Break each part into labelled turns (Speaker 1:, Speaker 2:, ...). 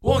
Speaker 1: 我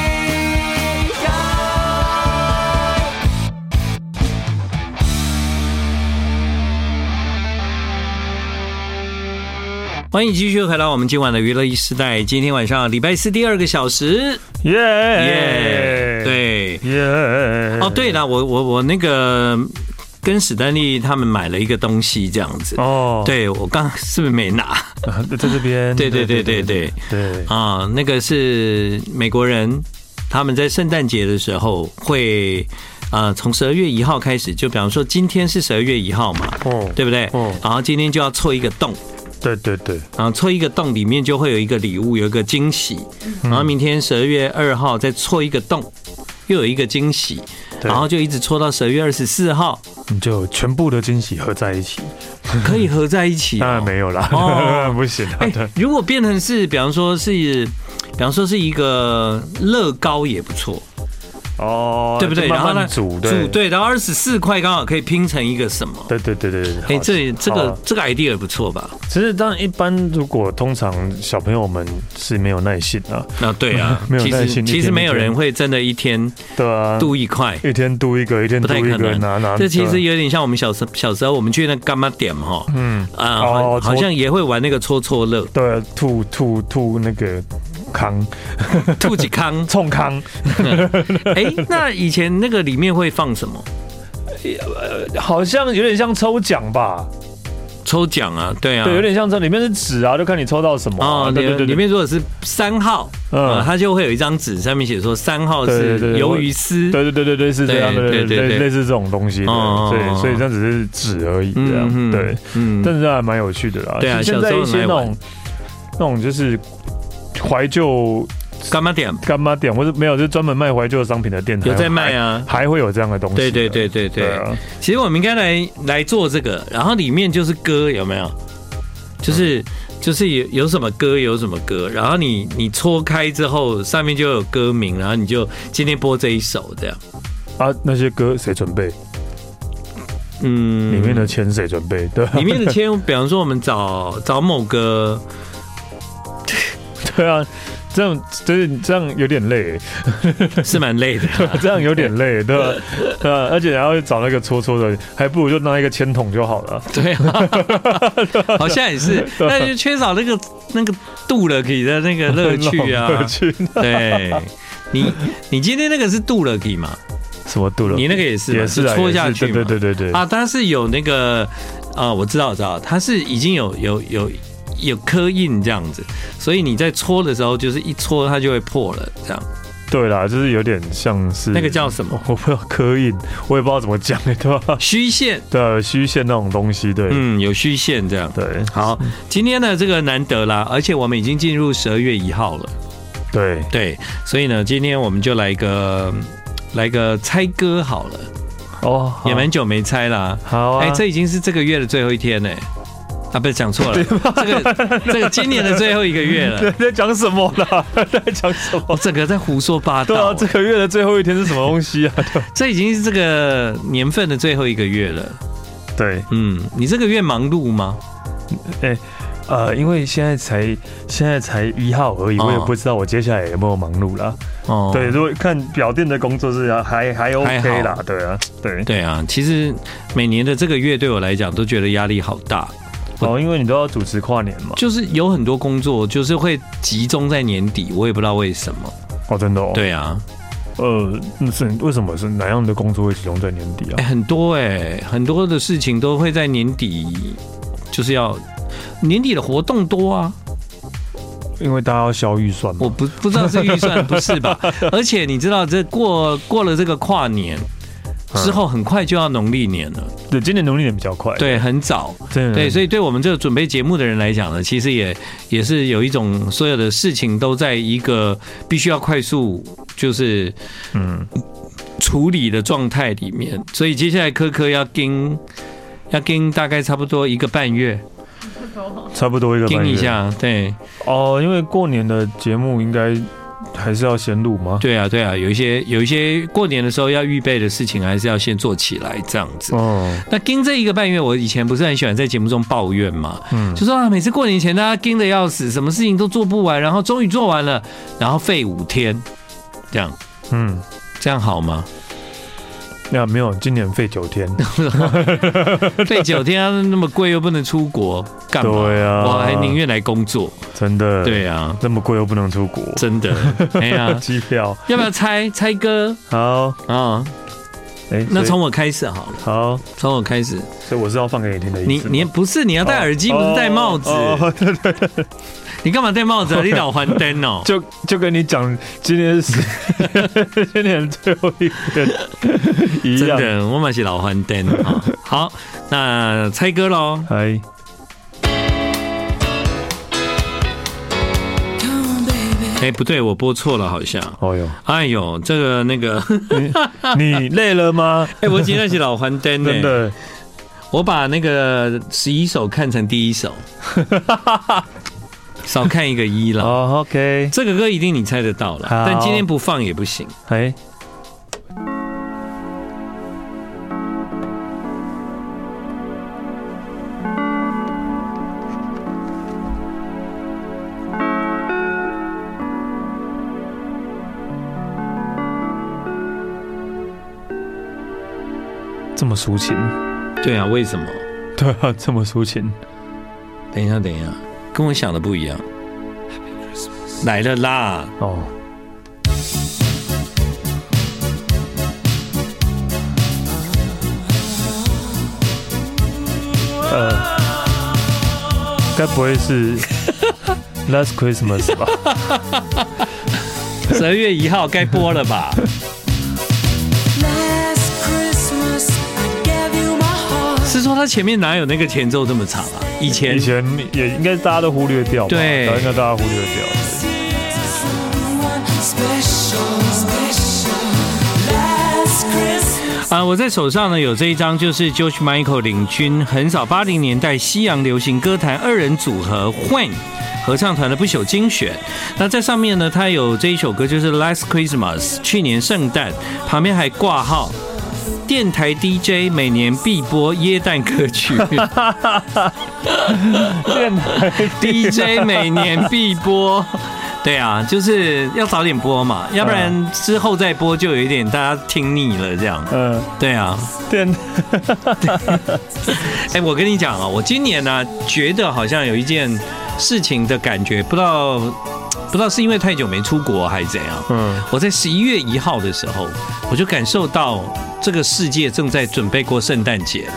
Speaker 2: 欢迎继续回到我们今晚的娱乐一时代。今天晚上礼拜四第二个小时，
Speaker 3: 耶
Speaker 2: 耶，对，
Speaker 3: 耶！
Speaker 2: 哦，对了，我我我那个跟史丹利他们买了一个东西，这样子。
Speaker 3: 哦，
Speaker 2: 对，我刚刚是不是没 拿？
Speaker 3: 呃，在这边，
Speaker 2: 对对对对对
Speaker 3: 对，
Speaker 2: 啊，那个是美国人，他们在圣诞节的时候会，呃，从十二月一号开始，就比方说今天是十二月一号嘛，
Speaker 3: 哦，
Speaker 2: 对不对？
Speaker 3: 嗯
Speaker 2: 然后今天就要戳一个洞，
Speaker 3: 对对对，
Speaker 2: 然后啊戳一个洞里面就会有一个礼物，有一个惊喜。
Speaker 3: 嗯
Speaker 2: 然后明天十二月二号再戳一个洞，又有一个惊喜，
Speaker 3: 对
Speaker 2: 然后就一直戳到十二月二十四号，
Speaker 3: 你就全部的惊喜合在一起，
Speaker 2: 可以合在一起、
Speaker 3: 当嗯然没有啦，
Speaker 2: 哦
Speaker 3: 不行啊，
Speaker 2: 哎、
Speaker 3: 对，
Speaker 2: 如果变成是，比方说是，比方说是一个乐高也不错，
Speaker 3: 哦，
Speaker 2: 对不对？
Speaker 3: 就慢
Speaker 2: 然后
Speaker 3: 慢
Speaker 2: 呢，
Speaker 3: 煮，对，
Speaker 2: 对，然后二十四块刚好可以拼成一个什么？
Speaker 3: 对对对对对，
Speaker 2: 哎、
Speaker 3: 好
Speaker 2: 这这
Speaker 3: 好
Speaker 2: 个
Speaker 3: 啊
Speaker 2: 这个 idea 也不错吧？
Speaker 3: 其实当然一般，如果通常小朋友们是没有耐心啊，，
Speaker 2: 那对啊
Speaker 3: 没有
Speaker 2: 其
Speaker 3: 耐
Speaker 2: 实
Speaker 3: 心一
Speaker 2: 其实
Speaker 3: 天
Speaker 2: 没
Speaker 3: 一
Speaker 2: 有
Speaker 3: 天
Speaker 2: 人会真的一天
Speaker 3: 对啊，
Speaker 2: 镀一块，
Speaker 3: 一天嘟一个，一天
Speaker 2: 不
Speaker 3: 嘟
Speaker 2: 太
Speaker 3: 一
Speaker 2: 可
Speaker 3: 个，拿拿，
Speaker 2: 能。这其实
Speaker 3: 对
Speaker 2: 有点像我们小时小时候，我们去那干妈点哈，
Speaker 3: 嗯，
Speaker 2: 啊，
Speaker 3: 哦
Speaker 2: 好好
Speaker 3: 搓
Speaker 2: 像也会玩那个戳戳 乐、
Speaker 3: 对啊，吐吐吐那个康。
Speaker 2: 兔子康
Speaker 3: 冲康，
Speaker 2: 哎，那以前那个里面会放什么？
Speaker 3: 好像有点像抽奖吧，
Speaker 2: 抽奖啊，对啊，
Speaker 3: 对，有点像这里面是纸啊，就看你抽到什么啊，
Speaker 2: 哦，
Speaker 3: 对对对，
Speaker 2: 里
Speaker 3: 对
Speaker 2: 面如果是三号，
Speaker 3: 嗯
Speaker 2: 嗯，它就会有一张纸，上面写说三号
Speaker 3: 对对
Speaker 2: 是
Speaker 3: 对对
Speaker 2: 鱿鱼丝，
Speaker 3: 对对对对对是这样的，
Speaker 2: 对
Speaker 3: 对
Speaker 2: 对对
Speaker 3: 对
Speaker 2: 对
Speaker 3: 类似这种东西，
Speaker 2: 哦
Speaker 3: 对，对所以这样只是纸而已，这样
Speaker 2: 嗯
Speaker 3: 对，，
Speaker 2: 嗯
Speaker 3: 但是还蛮有趣的啦。
Speaker 2: 对啊
Speaker 3: 现
Speaker 2: 小
Speaker 3: 在
Speaker 2: 时候
Speaker 3: 一些那
Speaker 2: 很爱玩
Speaker 3: 种那种就是怀旧
Speaker 2: 干嘛点
Speaker 3: 干妈店，或者没有，就是专门卖怀旧商品的店，
Speaker 2: 有在卖啊？
Speaker 3: 还，还会有这样的东西的。
Speaker 2: 对对对对
Speaker 3: 哎对
Speaker 2: 对，
Speaker 3: 啊，
Speaker 2: 其实我们应该来来做这个，然后里面就是歌有没有？就是就是有有什么歌有什么歌，然后你你戳开之后，上面就有歌名，然后你就今天播这一首这样。
Speaker 3: 啊，那些歌谁准备？
Speaker 2: 嗯
Speaker 3: 里面的钱谁准备？对啊
Speaker 2: 里面的签，比方说我们找找某个
Speaker 3: 对啊，这样就是这样有点累，
Speaker 2: 是蛮累 的，
Speaker 3: 这样有点累，对吧？对啊，而且还要找那个搓搓的，还不如就拿一个签筒就好了。
Speaker 2: 对啊，好像也是，
Speaker 3: 啊
Speaker 2: 但就缺少那个那个杜乐可以的那个乐趣 啊，
Speaker 3: 乐趣
Speaker 2: 对。你你今天那个是杜乐可以吗？
Speaker 3: 什么度了？
Speaker 2: 你那个也是嘛
Speaker 3: 也是啊
Speaker 2: 是戳下
Speaker 3: 也是
Speaker 2: 去嘛
Speaker 3: 对对对对对。
Speaker 2: 啊，它是有那个啊、我知道我知道，它是已经有有有有刻印这样子，所以你在搓的时候就是一搓它就会破了，这样
Speaker 3: 对啦，就是有点像是哦
Speaker 2: 那个叫什么
Speaker 3: 我不知道刻印，我也不知道怎么讲，对吧？
Speaker 2: 虚线，
Speaker 3: 对啊，虚线那种东西，对、嗯
Speaker 2: 嗯，有虚线这样。
Speaker 3: 对
Speaker 2: 好，今天呢这个难得啦，而且我们已经进入十二月一号了，
Speaker 3: 对，
Speaker 2: 对，所以呢今天我们就来一个来个猜歌好了，
Speaker 3: 哦，好
Speaker 2: 也蛮久没猜啦。
Speaker 3: 好啊，
Speaker 2: 哎、这已经是这个月的最后一天呢、啊，不是讲错了，这个这个今年的最后一个月了。
Speaker 3: 在在讲什么啦？ 在讲什么？
Speaker 2: 我整个在胡说八
Speaker 3: 对
Speaker 2: 道
Speaker 3: 啊，，这个月的最后一天是什么东 西啊？
Speaker 2: 这已经是这个年份的最后一个月了。
Speaker 3: 对，
Speaker 2: 嗯，你这个月忙碌吗？
Speaker 3: 呃，因为现在才现在才一号而已，
Speaker 2: 哦
Speaker 3: 我也不知道我接下来有没有忙碌啦。
Speaker 2: 哦，
Speaker 3: 对，如果看表店的工作是啊还还 OK 啦，对啊，对。
Speaker 2: 对啊，其实每年的这个月对我来讲都觉得压力好大，
Speaker 3: 哦，因为你都要主持跨年嘛。
Speaker 2: 就是有很多工作就是会集中在年底，我也不知道为什么。
Speaker 3: 哦，真的哦。。
Speaker 2: 对啊，
Speaker 3: 呃，那是为什么是哪样的工作会集中在年底啊
Speaker 2: 哎、？很多哎、很多的事情都会在年底，就是要年底的活动多啊。
Speaker 3: 因为大家要消预算
Speaker 2: 我
Speaker 3: 嘛。
Speaker 2: 不 不知道是预算不是吧？而且你知道，这过过了这个跨年，之后
Speaker 3: 嗯
Speaker 2: 很快就要农历年了，
Speaker 3: 对，今年农历年比较快，，
Speaker 2: 对，很早，
Speaker 3: 真的
Speaker 2: 对，所以对我们这个准备节目的人来讲呢，其实也也是有一种所有的事情都在一个必须要快速就是
Speaker 3: 嗯，
Speaker 2: 处理的状态里面，所以接下来科科要跟要跟大概差不多一个半月
Speaker 3: 差不多一个半
Speaker 2: 跟
Speaker 3: 月
Speaker 2: 一下，对
Speaker 3: 哦，因为过年的节目应该还是要先录吗？
Speaker 2: 对啊对啊，有一些有一些过年的时候要预备的事情，还是要先做起来这样子。
Speaker 3: 哦，
Speaker 2: 那跟这一个半月，我以前不是很喜欢在节目中抱怨嘛，
Speaker 3: 嗯，
Speaker 2: 就说啊，每次过年前大家盯得要死，什么事情都做不完，然后终于做完了，然后废五天，这样
Speaker 3: 嗯，
Speaker 2: 这样好吗？
Speaker 3: 那没有，今年废九天，
Speaker 2: 废九天、啊、那么贵又不能出国，干嘛？
Speaker 3: 对啊
Speaker 2: 我还宁愿来工作。
Speaker 3: 真的，，
Speaker 2: 对啊，
Speaker 3: 这么贵又不能出国，，
Speaker 2: 真的。哎呀
Speaker 3: 机票
Speaker 2: 要不要猜猜歌
Speaker 3: 好，
Speaker 2: 啊、
Speaker 3: 哎，
Speaker 2: 那
Speaker 3: 所以
Speaker 2: 从我开始好了，
Speaker 3: 好，
Speaker 2: 从我开始。
Speaker 3: 所以我是要放给你听的意
Speaker 2: 你
Speaker 3: 思吗。
Speaker 2: 你不是你要戴耳机，
Speaker 3: 哦
Speaker 2: 不是戴帽子？
Speaker 3: 哦哦 哦。
Speaker 2: 你干嘛戴帽子啊？你老还灯哦
Speaker 3: 就就跟你讲，今天是 今年最后一天一
Speaker 2: 真
Speaker 3: 样。
Speaker 2: 的，我们是老还 灯啊。好，那猜歌喽。
Speaker 3: 哎，
Speaker 2: 哎、不对，我播错了，好像。
Speaker 3: 哦哟，
Speaker 2: 哎呦，这个那个，
Speaker 3: 你累了吗？
Speaker 2: 哎、我今天是老还灯呢。
Speaker 3: 真的，
Speaker 2: 我把那个十一首看成第一 首，少看一个一了。
Speaker 3: 哦，OK，
Speaker 2: 这个歌一定你猜得到了，
Speaker 3: 好
Speaker 2: 但今天不放也不行。
Speaker 3: 哎，这么抒情，
Speaker 2: 对啊，为什么？
Speaker 3: 对啊，这么抒情，
Speaker 2: 等一下，等一下，跟我想的不一样。来了啦！
Speaker 3: 哦，呃，该不会 是 Last Christmas 吧？
Speaker 2: 十二月一号该播了吧？
Speaker 1: Last Christmas I gave you my heart。
Speaker 2: 是说它前面哪有那个前奏这么长啊？以前
Speaker 3: 以前也应该大家都忽略掉吧，
Speaker 2: 对
Speaker 3: 应该大家忽略掉。
Speaker 1: Someone special, special. Last Christmas
Speaker 2: 啊、我在手上呢有这一张，就是 George Michael 领军横扫八零年代西洋流行歌坛二人组合 When 合唱团的不朽精选。那在上面呢，它有这一首歌，就是 Last Christmas，去年圣诞，旁边还挂号。电台 DJ 每年必播耶诞歌曲
Speaker 3: 电台
Speaker 2: ，DJ 每年必播。对啊，就是要早点播嘛，要不然之后再播就有一点大家听腻了这样。
Speaker 3: 嗯、
Speaker 2: 对啊，
Speaker 3: 电
Speaker 2: 哎、我跟你讲啊，我今年呢、觉得好像有一件事情的感觉，不知道不知道是因为太久没出国还是怎样。
Speaker 3: 嗯，
Speaker 2: 我在十一月一号的时候，我就感受到这个世界正在准备过圣诞节了。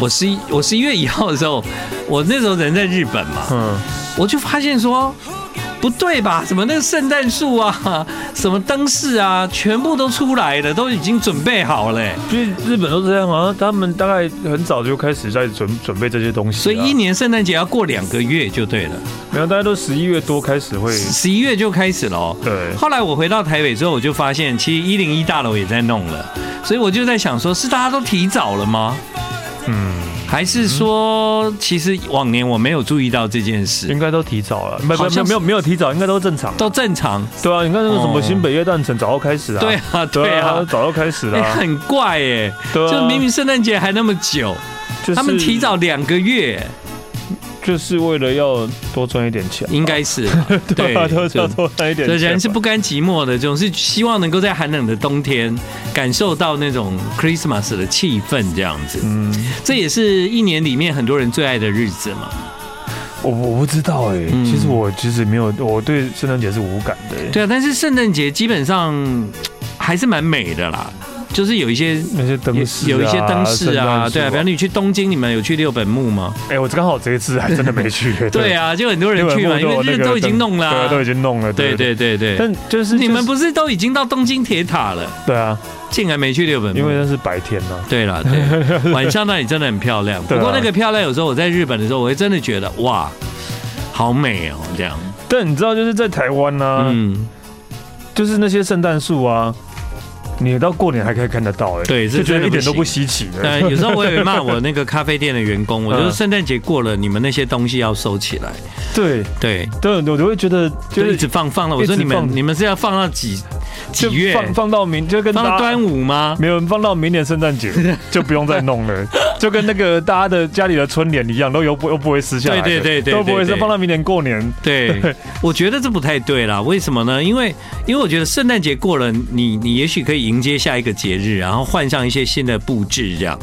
Speaker 2: 我十一我十一月一号的时候，我那时候人在日本嘛，
Speaker 3: 嗯，
Speaker 2: 我就发现说，不对吧？怎么那个圣诞树啊， 什么灯饰啊，全部都出来了，都已经准备好了、哎
Speaker 3: 因为日本都这样啊，他们大概很早就开始在准准备这些东西、啊，
Speaker 2: 所以一年圣诞节要过两个月就对了。
Speaker 3: 没有，大家都十一月多开始会，
Speaker 2: 十一月就开始了、哦。
Speaker 3: 对
Speaker 2: 后来我回到台北之后，我就发现其实一零一大楼也在弄了，所以我就在想说，是大家都提早了吗？
Speaker 3: 嗯。
Speaker 2: 还是说，其实往年我没有注意到这件事
Speaker 3: 应，该都提早了，没
Speaker 2: 好
Speaker 3: 没没
Speaker 2: 像是
Speaker 3: 有没有没有提早，应该都正常。
Speaker 2: 都正常？
Speaker 3: 对啊，你看那个什么
Speaker 2: 哦
Speaker 3: 新北夜诞城早就开始了、
Speaker 2: 对啊，对啊，
Speaker 3: 早就开始了、
Speaker 2: 哎 很怪耶，
Speaker 3: 对啊，
Speaker 2: 就明明圣诞节还那么久，
Speaker 3: 就是
Speaker 2: 他们提早两个月，
Speaker 3: 就是为了要多赚一点钱，
Speaker 2: 应该是啊
Speaker 3: 对啊，都
Speaker 2: 就
Speaker 3: 要多赚一点
Speaker 2: 这
Speaker 3: 钱。
Speaker 2: 人是不甘寂寞的，总是希望能够在寒冷的冬天感受到那种 Christmas 的气氛，这样子。
Speaker 3: 嗯，
Speaker 2: 这也是一年里面很多人最爱的日子嘛。
Speaker 3: 我我不知道哎、
Speaker 2: 嗯
Speaker 3: 其实我其实没有，我对圣诞节是无感的、欸。
Speaker 2: 对啊，但是圣诞节基本上还是蛮美的啦，就是有一些。
Speaker 3: 那些灯饰、啊，
Speaker 2: 有一些灯饰啊，对啊，比
Speaker 3: 反
Speaker 2: 方
Speaker 3: 正
Speaker 2: 你去东京，你们有去六本木吗？
Speaker 3: 哎，我刚好这一次还真的 没去。
Speaker 2: 对啊，就很多人
Speaker 3: 六本
Speaker 2: 去
Speaker 3: 木
Speaker 2: 嘛，
Speaker 3: 都
Speaker 2: 因
Speaker 3: 有
Speaker 2: 为
Speaker 3: 那
Speaker 2: 日
Speaker 3: 个
Speaker 2: 都已经弄了
Speaker 3: 对
Speaker 2: 啊、
Speaker 3: 啊，都已经弄了，
Speaker 2: 对
Speaker 3: 对。
Speaker 2: 对对对。
Speaker 3: 但就是
Speaker 2: 你们
Speaker 3: 就是
Speaker 2: 不是都已经到东京铁塔了，
Speaker 3: 对啊，
Speaker 2: 竟然没去六本木？
Speaker 3: 因为那是白天啊呐、
Speaker 2: 对啦， 对，晚上那里真的很漂亮。
Speaker 3: 对
Speaker 2: 不
Speaker 3: 啊
Speaker 2: 过那个漂亮，有时候我在日本的时候，我会真的觉得哇，好美哦，这样。
Speaker 3: 但你知道，就是在台湾啊呢、
Speaker 2: 嗯，
Speaker 3: 就是那些圣诞树啊，你到过年还可以看得到、哎，
Speaker 2: 对这
Speaker 3: 就觉
Speaker 2: 真的
Speaker 3: 得一点
Speaker 2: 不
Speaker 3: 都不
Speaker 2: 行
Speaker 3: 稀奇的。
Speaker 2: 呃，有时候我也会骂我那个咖啡店的员 工，我就
Speaker 3: 嗯
Speaker 2: 说圣诞节过了，你们那些东西要收起来。
Speaker 3: 对，
Speaker 2: 对，
Speaker 3: 对，我就会觉得
Speaker 2: 就一
Speaker 3: 就是
Speaker 2: 直放放了。我
Speaker 3: 一直
Speaker 2: 说你们
Speaker 3: 放
Speaker 2: 你们是要放到几几
Speaker 3: 就
Speaker 2: 月？
Speaker 3: 放放到明，就跟
Speaker 2: 放
Speaker 3: 大
Speaker 2: 到
Speaker 3: 家
Speaker 2: 端午吗？
Speaker 3: 没有放到明年圣诞节 就不用再弄了，就跟那个大家的家里的春联一样，都有不又不会撕下来的，
Speaker 2: 对对对对
Speaker 3: 都不会
Speaker 2: 对
Speaker 3: 是
Speaker 2: 对
Speaker 3: 放到明年过年。
Speaker 2: 对， 我觉得这不太对啦。为什么呢？因为因为我觉得圣诞节过了，你你也许可以迎接下一个节日，然后换上一些新的布置这样。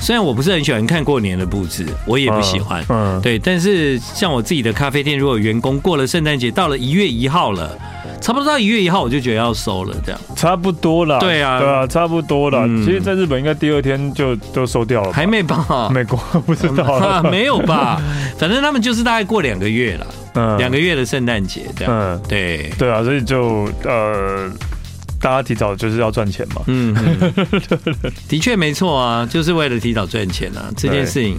Speaker 2: 虽然我不是很喜欢看过年的布置，我也不喜欢。
Speaker 3: 嗯，
Speaker 2: 对，但是像我自己的咖啡店，如果有员工过了圣诞节，到了一月一号了，差不多到一月一号我就觉得要收了，这样
Speaker 3: 差不多啦。
Speaker 2: 对啊
Speaker 3: 对啊，差不多啦。
Speaker 2: 嗯
Speaker 3: 其实，在日本应该第二天就都收掉了吧。
Speaker 2: 还没 吧？
Speaker 3: 美国不知道
Speaker 2: 啊，
Speaker 3: 了，
Speaker 2: 没有吧？反正他们就是大概过两个月了，
Speaker 3: 嗯
Speaker 2: 两个月的圣诞节这样。
Speaker 3: 嗯，
Speaker 2: 对，
Speaker 3: 对啊，所以就呃，大家提早就是要赚钱嘛。
Speaker 2: 嗯，嗯 的确没错啊，就是为了提早赚钱啊，这件事情。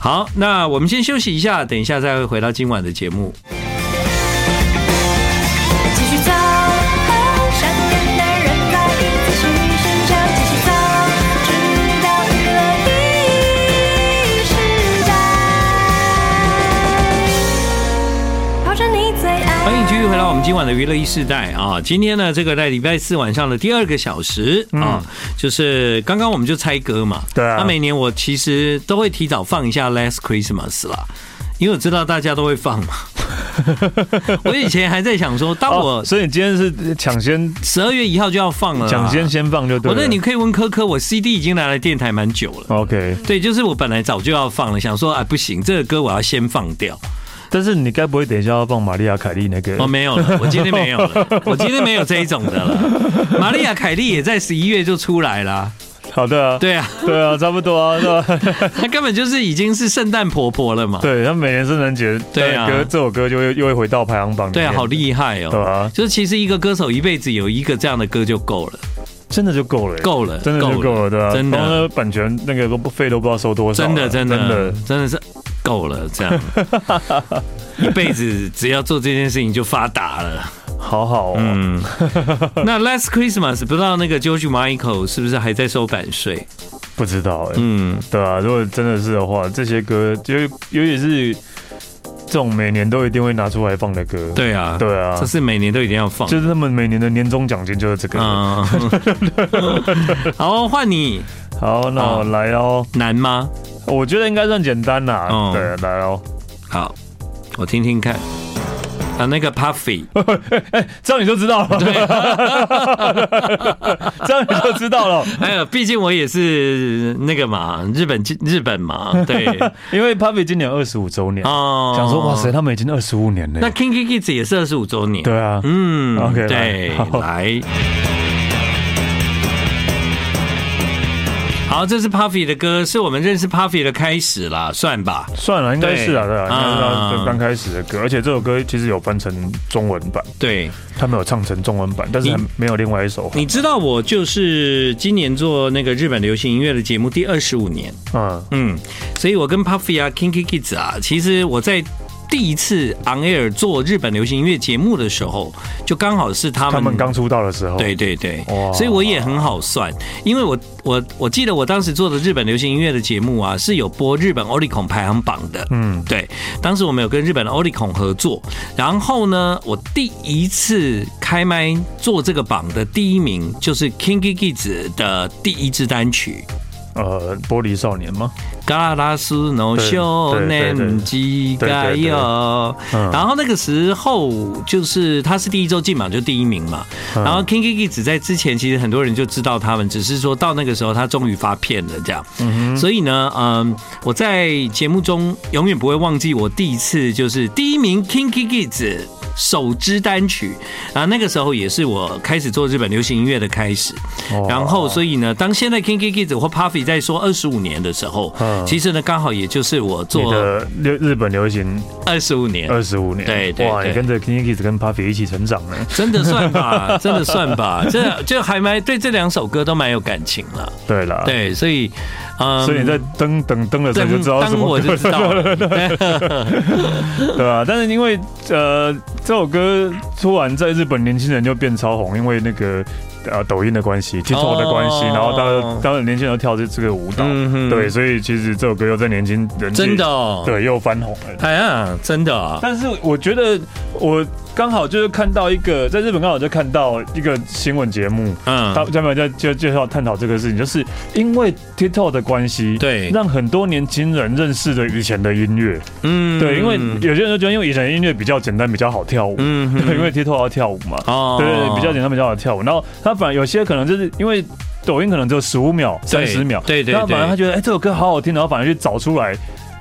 Speaker 2: 好，那我们先休息一下，等一下再会回到今晚的节目。
Speaker 4: 继续造吧，善良的人在一次属于生长，继续造，直到娱乐第一时代，抛着你最爱。
Speaker 2: 欢迎继续回到我们今晚的娱乐一世代啊！今天呢，这个在礼拜四晚上的第二个小时啊，就是刚刚我们就猜歌嘛。
Speaker 3: 嗯对啊
Speaker 2: 那每年我其实都会提早放一下《Last Christmas》啦，因为我知道大家都会 放嘛。我以前还在想说，当
Speaker 3: 哦
Speaker 2: 我
Speaker 3: 所以你今天是抢先
Speaker 2: 十二月一号就要放了啦，啊
Speaker 3: 抢先先放就对
Speaker 2: 我
Speaker 3: 了。
Speaker 2: 哦那你可以问科科，我 CD 已经拿来电台蛮久了。
Speaker 3: OK，
Speaker 2: 对，就是我本来早就要放了，想说啊不行，这个歌我要先放掉。
Speaker 3: 但是你该不会等一下要放玛丽亚凯莉那个？
Speaker 2: 哦，没有 了，我今天没有了，我今天没有这一种的了。玛丽亚凯莉也在十一月就出来啦。
Speaker 3: 好的啊，
Speaker 2: 对啊，
Speaker 3: 对啊，差不多啊，是吧？
Speaker 2: 她根本就是已经是圣诞婆婆了嘛。
Speaker 3: 对，他每年圣诞节，
Speaker 2: 对啊
Speaker 3: 那歌这首歌就会又会回到排行榜里面。
Speaker 2: 对啊，好厉害
Speaker 3: 对
Speaker 2: 哦。
Speaker 3: 啊，
Speaker 2: 就是其实一个歌手一辈子有一个这样的歌就够了，
Speaker 3: 真的就够了，欸
Speaker 2: 够了，
Speaker 3: 真的就够了，对啊，
Speaker 2: 真的
Speaker 3: 光那版权那个都不费都不知道收多少了，
Speaker 2: 真的真
Speaker 3: 真
Speaker 2: 的
Speaker 3: 的。
Speaker 2: 真的是够了，这 样一辈子只要做这件事情就发达了。
Speaker 3: 好好哦，
Speaker 2: 嗯， 那 Last Christmas 不知道那个 George Michael 是不是还在收版税？
Speaker 3: 不知道哎，
Speaker 2: 嗯，
Speaker 3: 对啊，如果真的是的话，这些歌就尤其是这种每年都一定会拿出来放的歌，
Speaker 2: 对啊，
Speaker 3: 对啊
Speaker 2: 这，是每年都一定要放。
Speaker 3: 就是他们每年的年终奖金就是这个。
Speaker 2: 嗯， 好，换你
Speaker 3: 好，那我来哦，
Speaker 2: 难吗？
Speaker 3: 我觉得应该算简单啦
Speaker 2: 嗯。
Speaker 3: 对，来哦，
Speaker 2: 好，我听听看。啊，那个 Puffy，
Speaker 3: 这样你就知道了， 这样你就知道了。
Speaker 2: 还有，哎毕竟我也是那个嘛，日本日本嘛， 对，
Speaker 3: 因为 Papi 今年二十五周年，
Speaker 2: 哦
Speaker 3: 想说哇塞，，他们已经二十五年了
Speaker 2: 那
Speaker 3: 耶。
Speaker 2: Kinky Kids 也是二十五周年，
Speaker 3: 对啊，
Speaker 2: 嗯
Speaker 3: OK，
Speaker 2: 对
Speaker 3: 来，好
Speaker 2: 来。好，这是 Puffy 的歌，是我们认识 Puffy 的开始啦，算吧。
Speaker 3: 算了，应该是啊，
Speaker 2: 对
Speaker 3: 对啊，应该是
Speaker 2: 嗯
Speaker 3: 他刚开始的歌，而且这首歌其实有翻成中文版，
Speaker 2: 对，
Speaker 3: 他们有唱成中文版，但是还
Speaker 2: 你
Speaker 3: 没有另外一首。
Speaker 2: 你知道我就是今年做那个日本流行音乐的节目第二十五年，
Speaker 3: 嗯，
Speaker 2: 嗯，所以我跟 Puffy 啊、Kinky Kids 啊，其实我在第一次 on air 做日本流行音乐节目的时候，就刚好是他们
Speaker 3: 他们刚出道的时候，
Speaker 2: 对对对
Speaker 3: 哇，
Speaker 2: 所以我也很好算，因为我我我记得我当时做的日本流行音乐的节目啊，是有播日本 Oricon 排行榜的，
Speaker 3: 嗯，
Speaker 2: 对，当时我们有跟日本的 Oricon 合作，然后呢，我第一次开麦做这个榜的第一名就是 Kinky Kids 的第一支单曲。
Speaker 3: 呃，玻璃少年吗？
Speaker 2: 嘎拉斯诺秀
Speaker 3: 对对对
Speaker 2: 南基盖
Speaker 3: 对对对
Speaker 2: 哟，
Speaker 3: 嗯
Speaker 2: 然后那个时候就是他是第一周进榜就第一名嘛，
Speaker 3: 嗯
Speaker 2: 然后 Kinky Kids 在之前其实很多人就知道他们，只是说到那个时候他终于发片了这样，所以呢，嗯，我在节目中永远不会忘记我第一次就是第一名 Kinky Kids 首支单曲。然后那个时候也是我开始做日本流行音乐的开始。然后哦所以呢，当现在 Kinky Kids 或 Puffy 在说二十五年的时候
Speaker 3: 嗯，
Speaker 2: 其实呢刚好也就是我
Speaker 3: 你
Speaker 2: 做
Speaker 3: 的流日本流行
Speaker 2: 二十五年。
Speaker 3: 二十五年，
Speaker 2: 对对
Speaker 3: 哇，
Speaker 2: 对
Speaker 3: 你跟着 k i n k i s 跟 Puffy 一起成长呢。
Speaker 2: 真的算 吧，真的算吧，这就还蛮对这两首歌都蛮有感情了。
Speaker 3: 对啦，，
Speaker 2: 对，所以，嗯，
Speaker 3: 啊所以你在登登登的时候就
Speaker 2: 当
Speaker 3: 知道什
Speaker 2: 当
Speaker 3: 么
Speaker 2: 我就
Speaker 3: 歌
Speaker 2: 知道
Speaker 3: 了，
Speaker 2: 了，
Speaker 3: 对啊，但是因为呃，这首歌突然在日本年轻人就变超红，因为那个呃抖音的关系、TikTok 的关系，
Speaker 2: 哦
Speaker 3: 然后当当然年轻人都跳这这个舞蹈，
Speaker 2: 嗯哼
Speaker 3: 对，所以其实这首歌又在年轻人界
Speaker 2: 真的、哦，，
Speaker 3: 对又翻红了。
Speaker 2: 哎呀，真的、哦，
Speaker 3: 但是我觉得我刚好就是看到一个在日本刚好就看到一个新闻节目，他
Speaker 2: 嗯，
Speaker 3: 专门在介介绍探讨这个事情，就是因为 TikTok 的关系，
Speaker 2: 对
Speaker 3: 让很多年轻人认识了以前的音乐，
Speaker 2: 嗯，
Speaker 3: 对，因为有些人就觉得因为以前的音乐比较简单，比较好跳舞，
Speaker 2: 嗯哼
Speaker 3: 对， 因为 TikTok 要跳舞嘛，
Speaker 2: 哦
Speaker 3: 对对，对比较简单，比较好跳舞。然后他反而有些可能就是因为抖音可能只有十五秒、
Speaker 2: 对
Speaker 3: 三十秒，
Speaker 2: 对对
Speaker 3: 然后反而
Speaker 2: 对
Speaker 3: 他觉得哎、这首歌好好听，然后反而去找出来，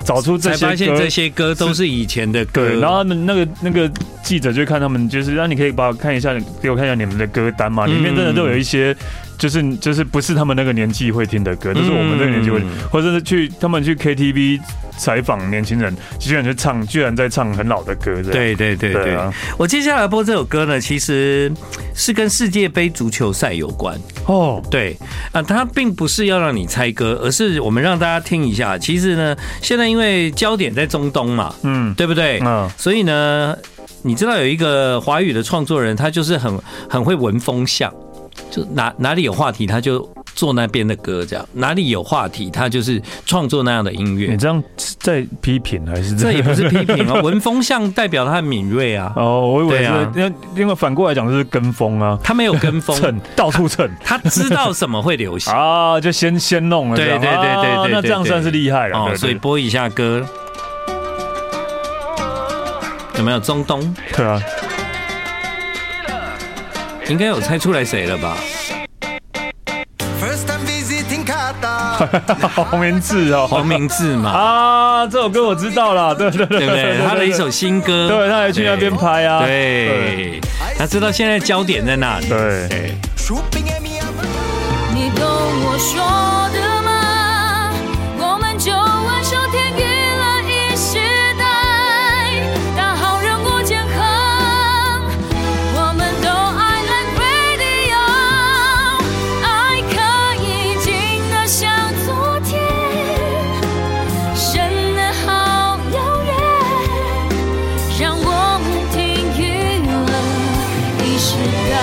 Speaker 3: 找出这
Speaker 2: 才
Speaker 3: 些
Speaker 2: 发现
Speaker 3: 歌
Speaker 2: 这些歌都是以前的歌，
Speaker 3: 对，然后他们那个那个记者就看他们，就是那你可以把我看一下，给我看一下你们的歌单嘛，
Speaker 2: 嗯
Speaker 3: 里面真的都有一些，就是就是不是他们那个年纪会听的歌，都是我们这个年纪会听，
Speaker 2: 嗯
Speaker 3: 或者是去他们去 KTV 采访年轻人，居然去唱，居然在唱很老的歌，这样，
Speaker 2: 对对对对
Speaker 3: 对啊
Speaker 2: 我接下来播这首歌呢，其实是跟世界杯足球赛有关。
Speaker 3: 哦，
Speaker 2: 对啊，它并不是要让你猜歌，而是我们让大家听一下。其实呢，现在因为焦点在中东嘛，
Speaker 3: 嗯
Speaker 2: 对不对？
Speaker 3: 嗯，
Speaker 2: 所以呢，你知道有一个华语的创作人，他就是很很会闻风向，就哪哪里有话题，他就做那边的歌，这样哪里有话题，他就是创作那样的音乐
Speaker 3: 你。这样是在批评还是
Speaker 2: 这
Speaker 3: 在？
Speaker 2: 也不 是批评啊，闻风向代表他很敏锐 啊，
Speaker 3: 哦，我以为
Speaker 2: 对
Speaker 3: 是
Speaker 2: 啊，
Speaker 3: 因为因为反过来讲就是跟风啊，
Speaker 2: 他没有跟 风，
Speaker 3: 蹭到处 蹭。
Speaker 2: 他知道什么会流行。
Speaker 3: 啊，就先先弄了这样，
Speaker 2: 对对对对
Speaker 3: 啊
Speaker 2: 对对
Speaker 3: 那这样
Speaker 2: 对
Speaker 3: 算是厉害了。
Speaker 2: 哦，
Speaker 3: 对
Speaker 2: 所以
Speaker 3: 对
Speaker 2: 播一下歌，有没有中东？
Speaker 3: 对啊，
Speaker 2: 应该有猜出来谁了 吧？
Speaker 5: First time visiting Qatar，
Speaker 3: 黄明志哦，
Speaker 2: 黄明志嘛，
Speaker 3: 啊，这首歌我知道 了，对对对
Speaker 2: 对不对？他的一，首新歌，
Speaker 3: 对，他还去那边拍啊，
Speaker 2: 对，对，他知道现在焦点在哪里。
Speaker 3: 对
Speaker 2: 对，
Speaker 6: 你懂我说的吗？我们就挽手天娱乐一时代，大好人物健康，我们都爱 Love Radio，爱可以静得像昨天，真的好遥远，让我们听娱乐一时代。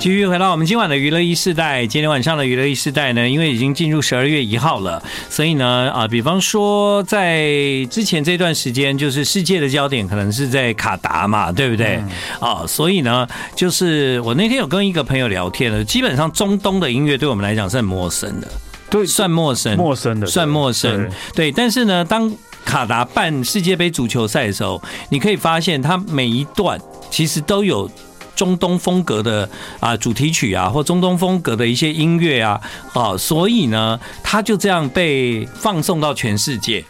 Speaker 2: 继续回到我们今晚的娱乐一世代，今天晚上的娱乐一世代呢，因为已经进入十二月一号了，所以呢，啊、比方说在之前这段时间，就是世界的焦点可能是在卡达嘛，对不对？
Speaker 3: 嗯
Speaker 2: 啊、所以呢，就是我那天有跟一个朋友聊天了，基本上中东的音乐对我们来讲是很陌生的，
Speaker 3: 对
Speaker 2: 算陌生，
Speaker 3: 陌生的
Speaker 2: 算陌生。对，但是呢，当卡达办世界杯足球赛的时候，你可以发现它每一段其实都有。中东风格的啊主题曲啊，或中东风格的一些音乐啊，啊，所以呢，它就这样被放送到全世界。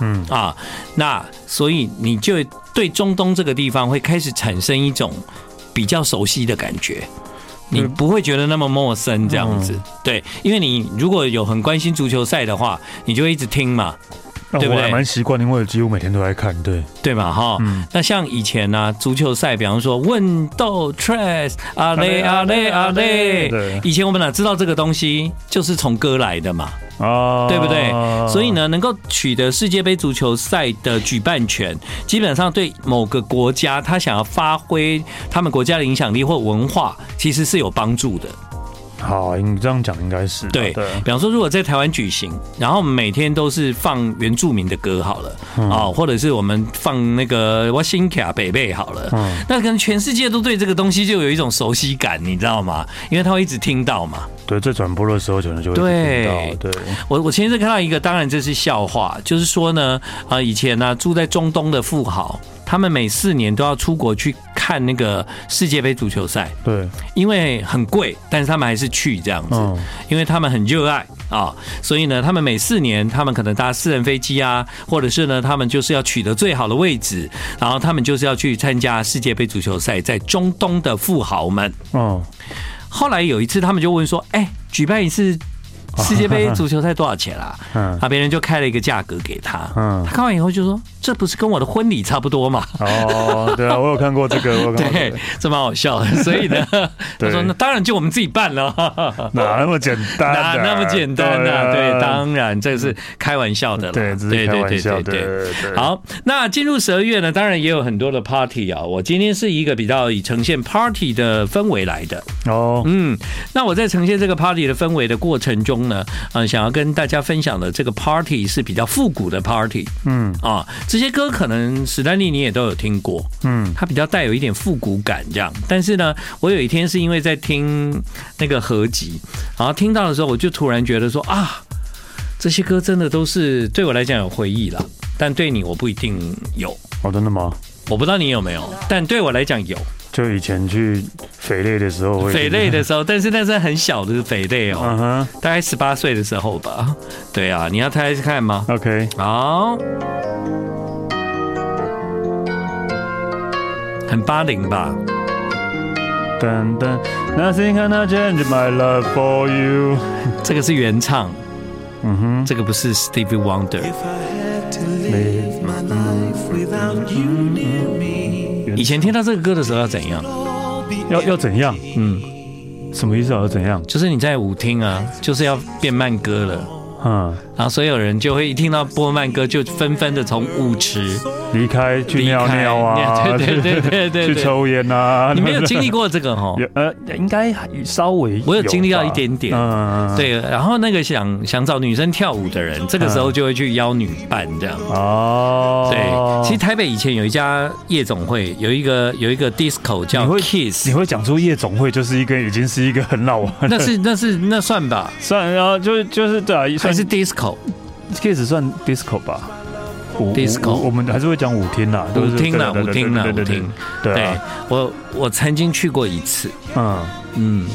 Speaker 3: 嗯
Speaker 2: 啊，那所以你就对中东这个地方会开始产生一种比较熟悉的感觉。你
Speaker 3: 嗯
Speaker 2: 不会觉得那么陌生这样子，对，因为你如果有很关心足球赛的话，你就会一直听嘛，
Speaker 3: 那
Speaker 2: 对不
Speaker 3: 我
Speaker 2: 对
Speaker 3: 还蛮习惯，因为几乎每天都在看，对，
Speaker 2: 对吧？哈、那像以前呢、足球赛，比方说问斗 tres 啊嘞啊嘞啊嘞
Speaker 3: 对，
Speaker 2: 以前我们哪知道这个东西就是从歌来的嘛，
Speaker 3: 啊，
Speaker 2: 对不对？所以，呢，能够取得世界杯足球赛的举办权，基本上对某个国家他想要发挥他们国家的影响力或文化，其实是有帮助的。
Speaker 3: 好，你这样讲应该是啊
Speaker 2: 对，比方说，如果在台湾举行，然后我们每天都是放原住民的歌好了，啊、或者是我们放那个我新卡北贝好了，
Speaker 3: 嗯
Speaker 2: 那可能全世界都对这个东西就有一种熟悉感，你知道吗？因为他会一直听到嘛。
Speaker 3: 对，在转播的时候可能就会
Speaker 2: 对
Speaker 3: 听到，对，
Speaker 2: 我我前一阵看到一个，当然这是笑话，就是说呢，啊，以前呢、住在中东的富豪，他们每四年都要出国去看那个世界杯足球赛，
Speaker 3: 对，
Speaker 2: 因为很贵，但是他们还是去这样子，
Speaker 3: 嗯
Speaker 2: 因为他们很热爱。啊、所以呢，他们每四年，他们可能搭私人飞机啊，或者是呢，他们就是要取得最好的位置，然后他们就是要去参加世界杯足球赛，在中东的富豪们。
Speaker 3: 哦，
Speaker 2: 后来有一次，他们就问说：“哎、举办一次世界杯足球赛多少钱啊？”
Speaker 3: 嗯
Speaker 2: 啊，别人就开了一个价格给他。
Speaker 3: 嗯
Speaker 2: 他看完以后就说：“这不是跟我的婚礼差不多 嘛？”
Speaker 3: 哦，对啊，我有看过这个，我有看过 这
Speaker 2: 对
Speaker 3: 个，，
Speaker 2: 这蛮好笑的。所以呢，他
Speaker 3: 对
Speaker 2: 说：“那当然就我们自己办了。”
Speaker 3: 哪那么简单啊？
Speaker 2: 哪那么简单呢、啊？对，当然这是开玩笑的啦，
Speaker 3: 对只是开玩笑
Speaker 2: 对对对
Speaker 3: 对对
Speaker 2: 对。好，那进入十二月呢，当然也有很多的 party 啊。我今天是一个比较以呈现 party 的氛围来的，
Speaker 3: 哦，
Speaker 2: 嗯，那我在呈现这个 party 的氛围的过程中呢，呃，想要跟大家分享的这个 party 是比较复古的 party
Speaker 3: 嗯
Speaker 2: 啊，这些歌可能史丹利你也都有听过，
Speaker 3: 嗯，
Speaker 2: 它比较带有一点复古感这样。但是呢，我有一天是因为在听那个合集，然后听到的时候，我就突然觉得说啊，这些歌真的都是对我来讲有回忆了，但对你我不一定有，
Speaker 3: 哦，真的吗？
Speaker 2: 我不知道你有没有，但对我来讲有。
Speaker 3: 就以前去匪类的时候会，
Speaker 2: 匪类的时候，但是那是很小的匪类哦，
Speaker 3: 嗯哼
Speaker 2: 大概十八岁的时候吧。对啊，你要猜猜看吗？
Speaker 3: ，OK，
Speaker 2: 好，很八零吧。
Speaker 3: 噔噔，Nothing can change my love for you，
Speaker 2: 这个是原唱，
Speaker 3: 嗯哼。
Speaker 2: 这个不是 Stevie Wonder。
Speaker 1: If I had to live my life without you near me,
Speaker 2: 以前听到这个歌的时候要怎样？
Speaker 1: all be
Speaker 3: 要要怎样？
Speaker 2: 嗯，
Speaker 3: 什么意思啊？要怎样？
Speaker 2: 就是你在舞厅啊，就是要变慢歌了，
Speaker 3: 嗯，
Speaker 2: 然后所有人就会一听到播慢歌就纷纷的从舞池。
Speaker 3: 离开去
Speaker 2: 离
Speaker 3: 尿
Speaker 2: 开
Speaker 3: 尿啊，
Speaker 2: 对 对对对对
Speaker 3: 去去
Speaker 2: 对
Speaker 3: 抽烟啊。
Speaker 2: 你没 有经历过这个哈？
Speaker 3: 有呃，应该稍微
Speaker 2: 我有经历到
Speaker 3: 吧
Speaker 2: 一点点
Speaker 3: 嗯，嗯，
Speaker 2: 对，然后那个想想找女生跳舞的人，这个时候就会去邀女伴这样。
Speaker 3: 嗯哦，
Speaker 2: 对，其实台北以前有一家夜总会，有一个有一个 disco 叫
Speaker 3: 你会
Speaker 2: Kiss，
Speaker 3: 你会讲出夜总会就是一个已经是一个很老 玩，
Speaker 2: 那是那是那算吧，
Speaker 3: 算然后就就是对啊，
Speaker 2: 还
Speaker 3: 算
Speaker 2: 是
Speaker 3: 是
Speaker 2: disco
Speaker 3: kiss 算 disco 吧。舞舞
Speaker 2: Disco
Speaker 3: 舞我们还是会讲舞厅啦，都是
Speaker 2: 舞厅啦
Speaker 3: 对对对
Speaker 2: 舞厅啦
Speaker 3: 对对对
Speaker 2: 舞厅
Speaker 3: 对对
Speaker 2: 对
Speaker 3: 啊，
Speaker 2: 我我曾经去过一次，
Speaker 3: 嗯，
Speaker 2: 嗯，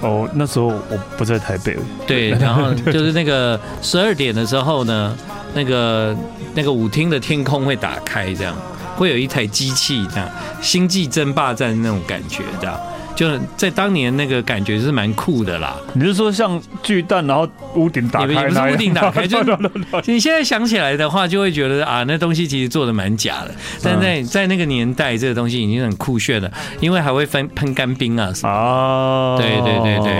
Speaker 3: 哦，那时候我不在台北，
Speaker 2: 对，然后就是那个十二点的时候呢，那个那个舞厅的天空会打开，这样会有一台机器这样，星际争霸战那种感觉，这样就是在当年那个感觉是蛮酷的啦。
Speaker 3: 你是说像巨蛋，然后屋顶打
Speaker 2: 也不
Speaker 3: 开
Speaker 2: 也不
Speaker 3: 那样，
Speaker 2: 是屋顶打开， 就
Speaker 3: 对对对对
Speaker 2: 你现在想起来的话，就会觉得啊，那东西其实做的蛮假的，
Speaker 3: 嗯
Speaker 2: 但在在那个年代，这个东西已经很酷炫了，因为还会分喷干冰啊什么。
Speaker 3: 啊，
Speaker 2: 对对对对，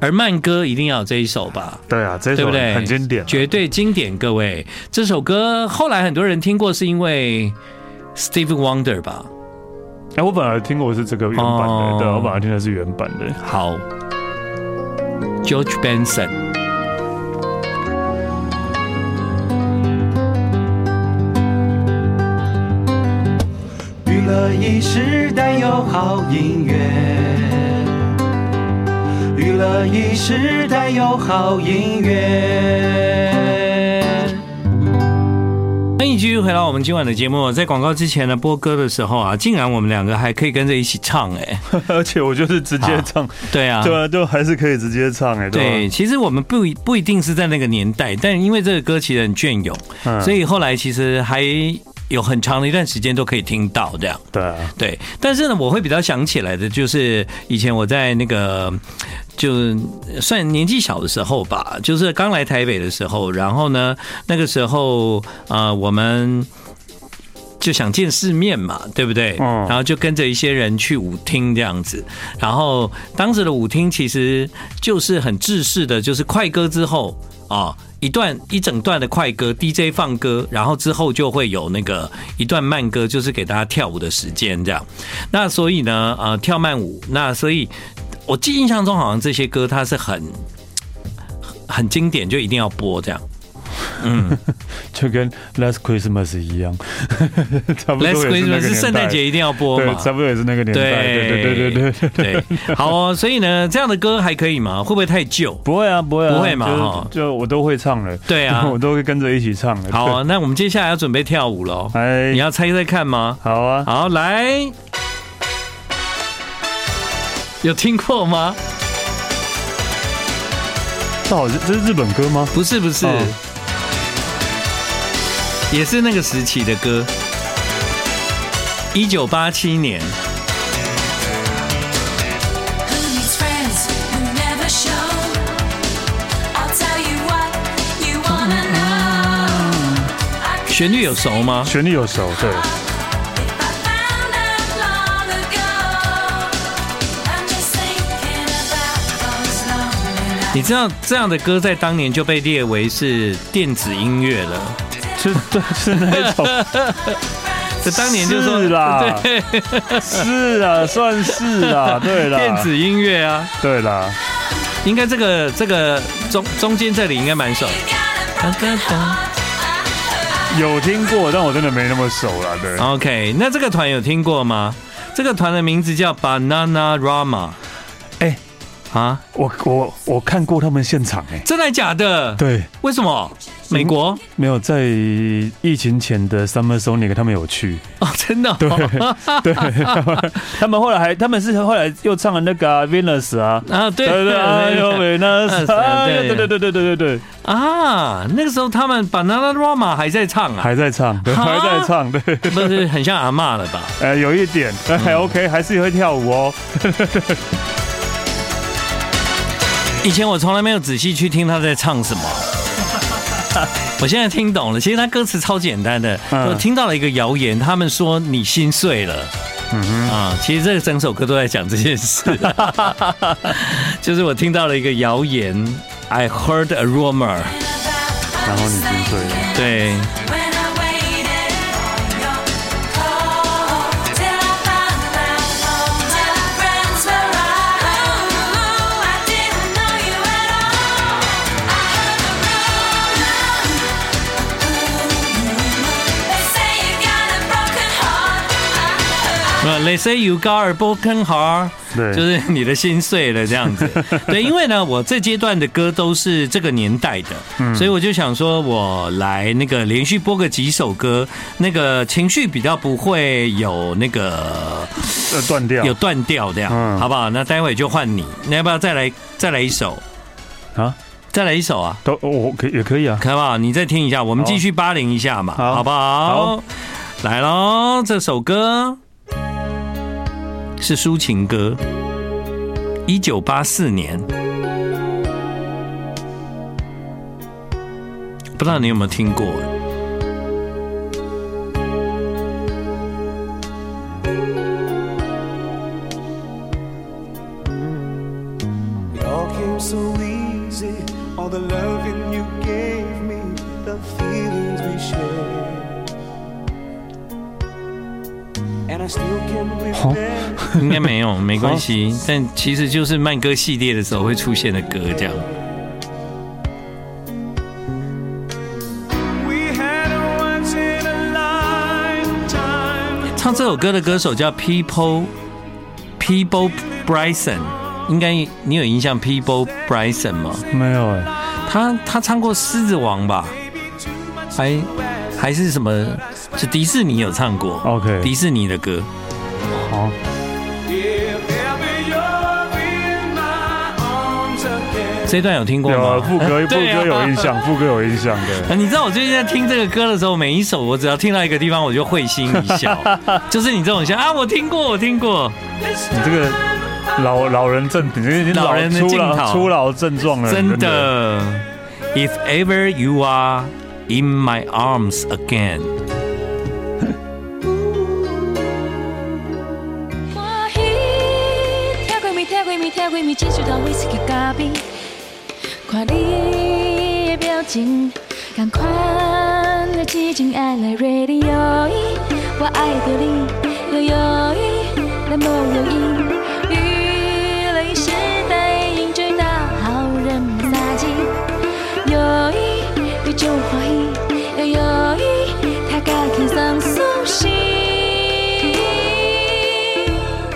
Speaker 2: 而慢歌一定要有这一首吧，
Speaker 3: 对啊，这
Speaker 2: 对
Speaker 3: 首
Speaker 2: 不对？
Speaker 3: 很经典啊，
Speaker 2: 绝对经典。各位，这首歌后来很多人听过，是因为 Steve Wonder 吧？
Speaker 3: 哎，我本来听过是这个原版
Speaker 2: 哦
Speaker 3: 的，对，我本来听的是原版的，
Speaker 2: 好，George Benson。
Speaker 1: 娱乐一时代有好音乐，娱乐一时代有好音乐。
Speaker 2: 欢迎继续回到我们今晚的节目。在广告之前呢，播歌的时候啊，竟然我们两个还可以跟着一起唱哎、
Speaker 3: 而且我就是直接唱，
Speaker 2: 对啊，
Speaker 3: 对啊，就还是可以直接唱，哎，
Speaker 2: 对，
Speaker 3: 吧，
Speaker 2: 其实我们不一不一定是在那个年代，但因为这个歌其实很隽永，
Speaker 3: 嗯
Speaker 2: 所以后来其实还有很长的一段时间都可以听到这样。
Speaker 3: 对啊，
Speaker 2: 对，但是呢，我会比较想起来的就是以前我在那个。就算年纪小的时候吧，就是刚来台北的时候，然后呢，那个时候呃，我们就想见世面嘛，对不对？
Speaker 3: 嗯
Speaker 2: 然后就跟着一些人去舞厅这样子，然后当时的舞厅其实就是很制式的，就是快歌之后啊。一段一整段的快歌，DJ 放歌，然后之后就会有那个一段慢歌，就是给大家跳舞的时间这样。那所以呢，呃，跳慢舞，那所以我记印象中好像这些歌它是很很经典，就一定要播这样。
Speaker 3: 就跟 Last Christmas 一样， 差不多
Speaker 2: Let's
Speaker 3: 也是那
Speaker 2: Christmas
Speaker 3: 个
Speaker 2: 是圣诞节
Speaker 3: 年
Speaker 2: 一定要播
Speaker 3: 代，
Speaker 2: 嘛
Speaker 3: 对，？差不多也是那个年代，对对对对对。
Speaker 2: 对对，好哦。所以呢，这样的歌还可以吗？会不会太旧？
Speaker 3: 不会啊，不会啊，
Speaker 2: 不会嘛
Speaker 3: 就是
Speaker 2: 哈
Speaker 3: 就我都会唱了，
Speaker 2: 对啊
Speaker 3: 我都会跟着一起唱了。
Speaker 2: 好 哦，那我们接下来要准备跳舞喽。
Speaker 3: 对，哎，
Speaker 2: 你要猜猜看吗？
Speaker 3: 好啊，
Speaker 2: 好，来，有听过吗？
Speaker 3: 这好，这是日本歌吗？
Speaker 2: 不是不是，
Speaker 3: 哦
Speaker 2: 也是那个时期的歌，一九八七年，
Speaker 6: Who needs friends who never show? I'll tell you what you wanna know.
Speaker 2: 旋律有熟吗？
Speaker 3: 旋律有熟，对，
Speaker 6: If I found out long ago, I'm just thinking about those lonely nights.
Speaker 2: 你知道这样的歌在当年就被列为是电子音乐了，
Speaker 3: 是对是那一 种，
Speaker 2: 这当年就说
Speaker 3: 是啦，是啊，算是 啦，对啦，
Speaker 2: 电子音乐啊，
Speaker 3: 对啦，
Speaker 2: 应该这个这个中中间这里应该蛮熟。哒哒哒
Speaker 3: 有听过，但我真的没那么熟啦，对。
Speaker 2: 啊 OK，那这个团有听过吗？这个团的名字叫 Banana Rama。
Speaker 3: 哎
Speaker 2: 啊，
Speaker 3: 我我我看过他们现场哎、
Speaker 2: 真的假的？，
Speaker 3: 对，嗯
Speaker 2: 为什么？美国
Speaker 3: 没有在疫情前的 Summer Sonic 他们有去，
Speaker 2: 哦，真的、哦。
Speaker 3: 对对，他们他们后来还他们是后来又唱了那个、啊、Venus 啊，
Speaker 2: 啊，对
Speaker 3: 对对，哎呦 Venus，哎
Speaker 2: 对
Speaker 3: 呦对对对对对对对，
Speaker 2: 啊，那个时候他们 Banana Rama 还在唱啊，
Speaker 3: 还在唱，对，
Speaker 2: 哈
Speaker 3: 还在唱，对，
Speaker 2: 不是很像阿嬷了吧？
Speaker 3: 呃，有一点，
Speaker 2: 嗯
Speaker 3: 哎，OK，还是会跳舞哦，
Speaker 2: 以前我从来没有仔细去听他在唱什么。我现在听懂了，其实他歌词超简单的。
Speaker 3: 嗯
Speaker 2: 我听到了一个谣言，他们说你心碎了。嗯啊，其实这整首歌都在讲这件事，就是我听到了一个谣言，I heard a rumor。
Speaker 3: 然后你心碎了。
Speaker 2: 对，
Speaker 6: When I waited on your call, till I found out all my friends were right. Oh, I didn't know you at all. I heard the rumor. They say you got a broken heart. I heard.
Speaker 2: 呃，They say you got a broken heart，
Speaker 3: 对
Speaker 2: 就是你的心碎了这 样子。对，因为呢，我这阶段的歌都是这个年代的，
Speaker 3: 嗯
Speaker 2: 所以我就想说，我来那个连续播个几首歌，那个情绪比较不会有那个
Speaker 3: 呃断掉
Speaker 2: 有断掉这样，
Speaker 3: 嗯
Speaker 2: 好不好？那待会就换你，你要不要再来再来一首？
Speaker 3: 啊，
Speaker 2: 再来一首啊，
Speaker 3: 都我可以也可以啊，
Speaker 2: 好不好？你再听一下，我们
Speaker 3: 好啊
Speaker 2: 继续八零一下嘛，
Speaker 3: 好
Speaker 2: 好不好？来喽，这首歌是抒情歌，一九八四年，不知道你有没有听 过？
Speaker 1: It all came so easy. All the loving you gave me, the feelings we shared. And I still can remember.
Speaker 2: 应该没有，没关系。但其实就是慢歌系列的时候会出现的歌，这样。
Speaker 1: We had a once in a lifetime.
Speaker 2: 唱这首歌的歌手叫 People People Bryson，应该你有印象 People Bryson 吗？
Speaker 3: 没有哎，
Speaker 2: 他他唱过《狮子王》吧？还还是什么？是迪士尼有唱过
Speaker 3: OK
Speaker 2: 迪士尼的歌。
Speaker 3: 好，
Speaker 1: If ever you're in my arms again.
Speaker 2: 这一段有听过
Speaker 3: 有啊
Speaker 2: 吗？
Speaker 3: 副歌副
Speaker 2: 对啊
Speaker 3: 歌有印象，副歌有印象对。
Speaker 2: 啊你知道我最近在听这个歌的时候，每一首我只要听到一个地方，我就会心一 笑。就是你这种笑啊，我听过，我听过。
Speaker 3: 你这个老老人症，你这已经
Speaker 2: 老人的
Speaker 3: 初
Speaker 2: 镜
Speaker 3: 老
Speaker 2: 头
Speaker 3: 初老症状了，
Speaker 2: 真的。If ever you are in my arms again，
Speaker 6: 欢喜，听过咪，听过咪，听过咪，这酒当威士忌加冰。看你的表情，同款的痴情爱来 radio，我爱着你，摇摇伊，咱无容易。娱乐时代，饮醉到好人撒气，摇伊，你就欢喜，摇摇伊，他家轻松舒适。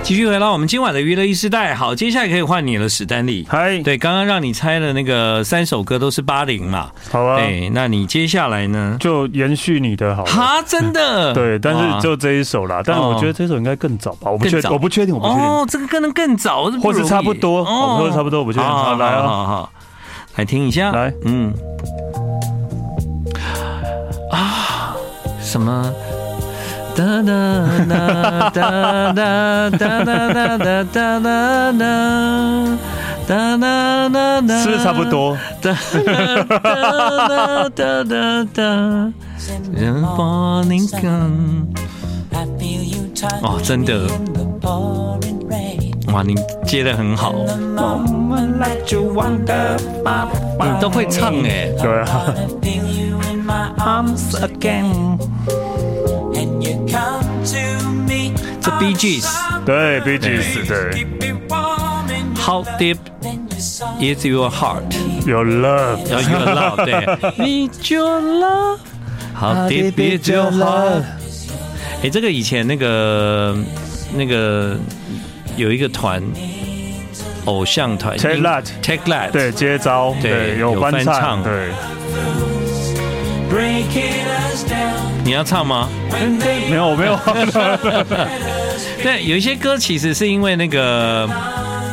Speaker 2: 继续回到我们今晚的娱乐一时代。好，接下来可以换你了，史丹利。
Speaker 3: 嗨，
Speaker 2: 对，刚刚让你猜的那个三首歌都是八零嘛。
Speaker 3: 好啊，
Speaker 2: 对，那你接下来呢？
Speaker 3: 就延续你的好了。
Speaker 2: 哈，真的？
Speaker 3: 对，但
Speaker 2: 哇哦
Speaker 3: 是就这一首啦，但是我觉得这首应该更早吧，我不
Speaker 2: 更
Speaker 3: 确，
Speaker 2: 早哦
Speaker 3: 我不确定，我不确定。
Speaker 2: 哦，这个可能更早，这不
Speaker 3: 或
Speaker 2: 容易
Speaker 3: 是差不多哦或是差不多我觉得
Speaker 2: 好好
Speaker 3: 来啊
Speaker 2: 好好好。来听一下。
Speaker 3: 来
Speaker 2: 嗯，啊，什么？哒哒哒哒哒哒哒哒哒哒哒哒哒哒哒，
Speaker 3: 是不是差不多？
Speaker 2: 哒哒哒哒哒哒，人把你看。
Speaker 7: 哦，真的。
Speaker 2: 哇，你接的很好，你都会唱哎、
Speaker 3: 对啊，
Speaker 2: 这 B G S
Speaker 3: 对，B G S 对
Speaker 2: How deep is your heart？要
Speaker 3: ，Your Love，
Speaker 2: your love，对，Need your love，How deep is your heart？哎、这个以前那个那个有一个团，偶像团
Speaker 3: Take That
Speaker 2: Take That，
Speaker 3: 对，接招，
Speaker 2: 对
Speaker 3: 对，有
Speaker 2: 有
Speaker 3: 翻
Speaker 2: 翻唱
Speaker 3: 唱，对，
Speaker 2: 你要唱吗？
Speaker 3: 没有，我没有，
Speaker 2: 对，有一些歌其实是因为那个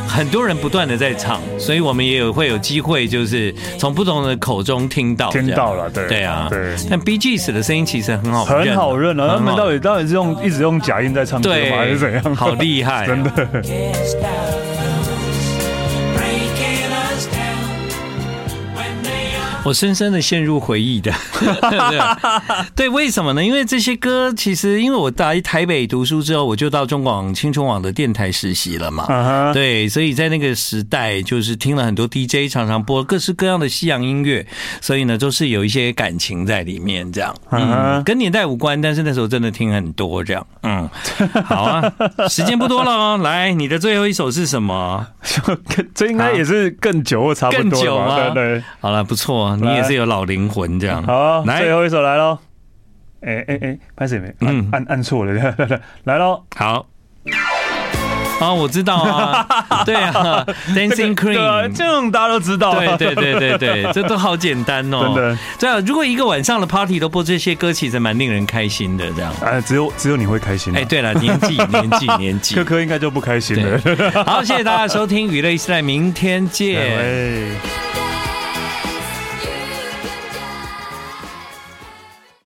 Speaker 2: 很多人不断的在唱，所以我们也有会有机会，就是从不同的口中听到这样，
Speaker 3: 听到了对
Speaker 2: 对啊，
Speaker 3: 对
Speaker 2: 但 B G S 的声音其实很好认，
Speaker 3: 很好认啊，他
Speaker 2: 很
Speaker 3: 们
Speaker 2: 好
Speaker 3: 到底到底是用一直用假音在唱歌
Speaker 2: 对
Speaker 3: 吗，还是怎样？
Speaker 2: 好厉害，啊
Speaker 3: 真。的。
Speaker 2: 我深深的陷入回 忆的，对啊对，为什么呢？因为这些歌其实，因为我来台北读书之后，我就到中广青春网的电台实习了嘛，
Speaker 3: 啊哈，
Speaker 2: 对，所以在那个时代，就是听了很多 DJ 常常播各式各样的西洋音乐，所以呢，都是有一些感情在里面，这样，
Speaker 3: 啊
Speaker 2: 嗯
Speaker 3: 哈，
Speaker 2: 跟年代无关，但是那时候真的听很多，这样， 嗯，好啊，时间不多了哦，来，你的最后一首是什么？
Speaker 3: 这应该也是更久或差不
Speaker 2: 更
Speaker 3: 多
Speaker 2: 久
Speaker 3: 了吧
Speaker 2: 吗？
Speaker 3: 对对。
Speaker 2: 好了，不错，你也是有老灵魂，这样，
Speaker 3: 好，
Speaker 2: 来
Speaker 3: 最，后一首来喽。哎哎哎，拍谁没？按
Speaker 2: 嗯
Speaker 3: 按按错了， 来喽。
Speaker 2: 好。啊，我知道啊， 对啊，Dancing
Speaker 3: 对啊，
Speaker 2: Queen，
Speaker 3: 这种大家都知道。啊
Speaker 2: 对对对对 对，这都好简单哦。
Speaker 3: 哦真的。
Speaker 2: 对啊，如果一个晚上的 party 都播这些歌，其实蛮令人开心的。这样。
Speaker 3: 哎，只有只有你会开心啊。
Speaker 2: 哎，对了，年 纪年纪年纪
Speaker 3: 科。科应该就不开心了。
Speaker 2: 对，好，谢谢大家收听娱乐一时代，明天见。
Speaker 3: 哎。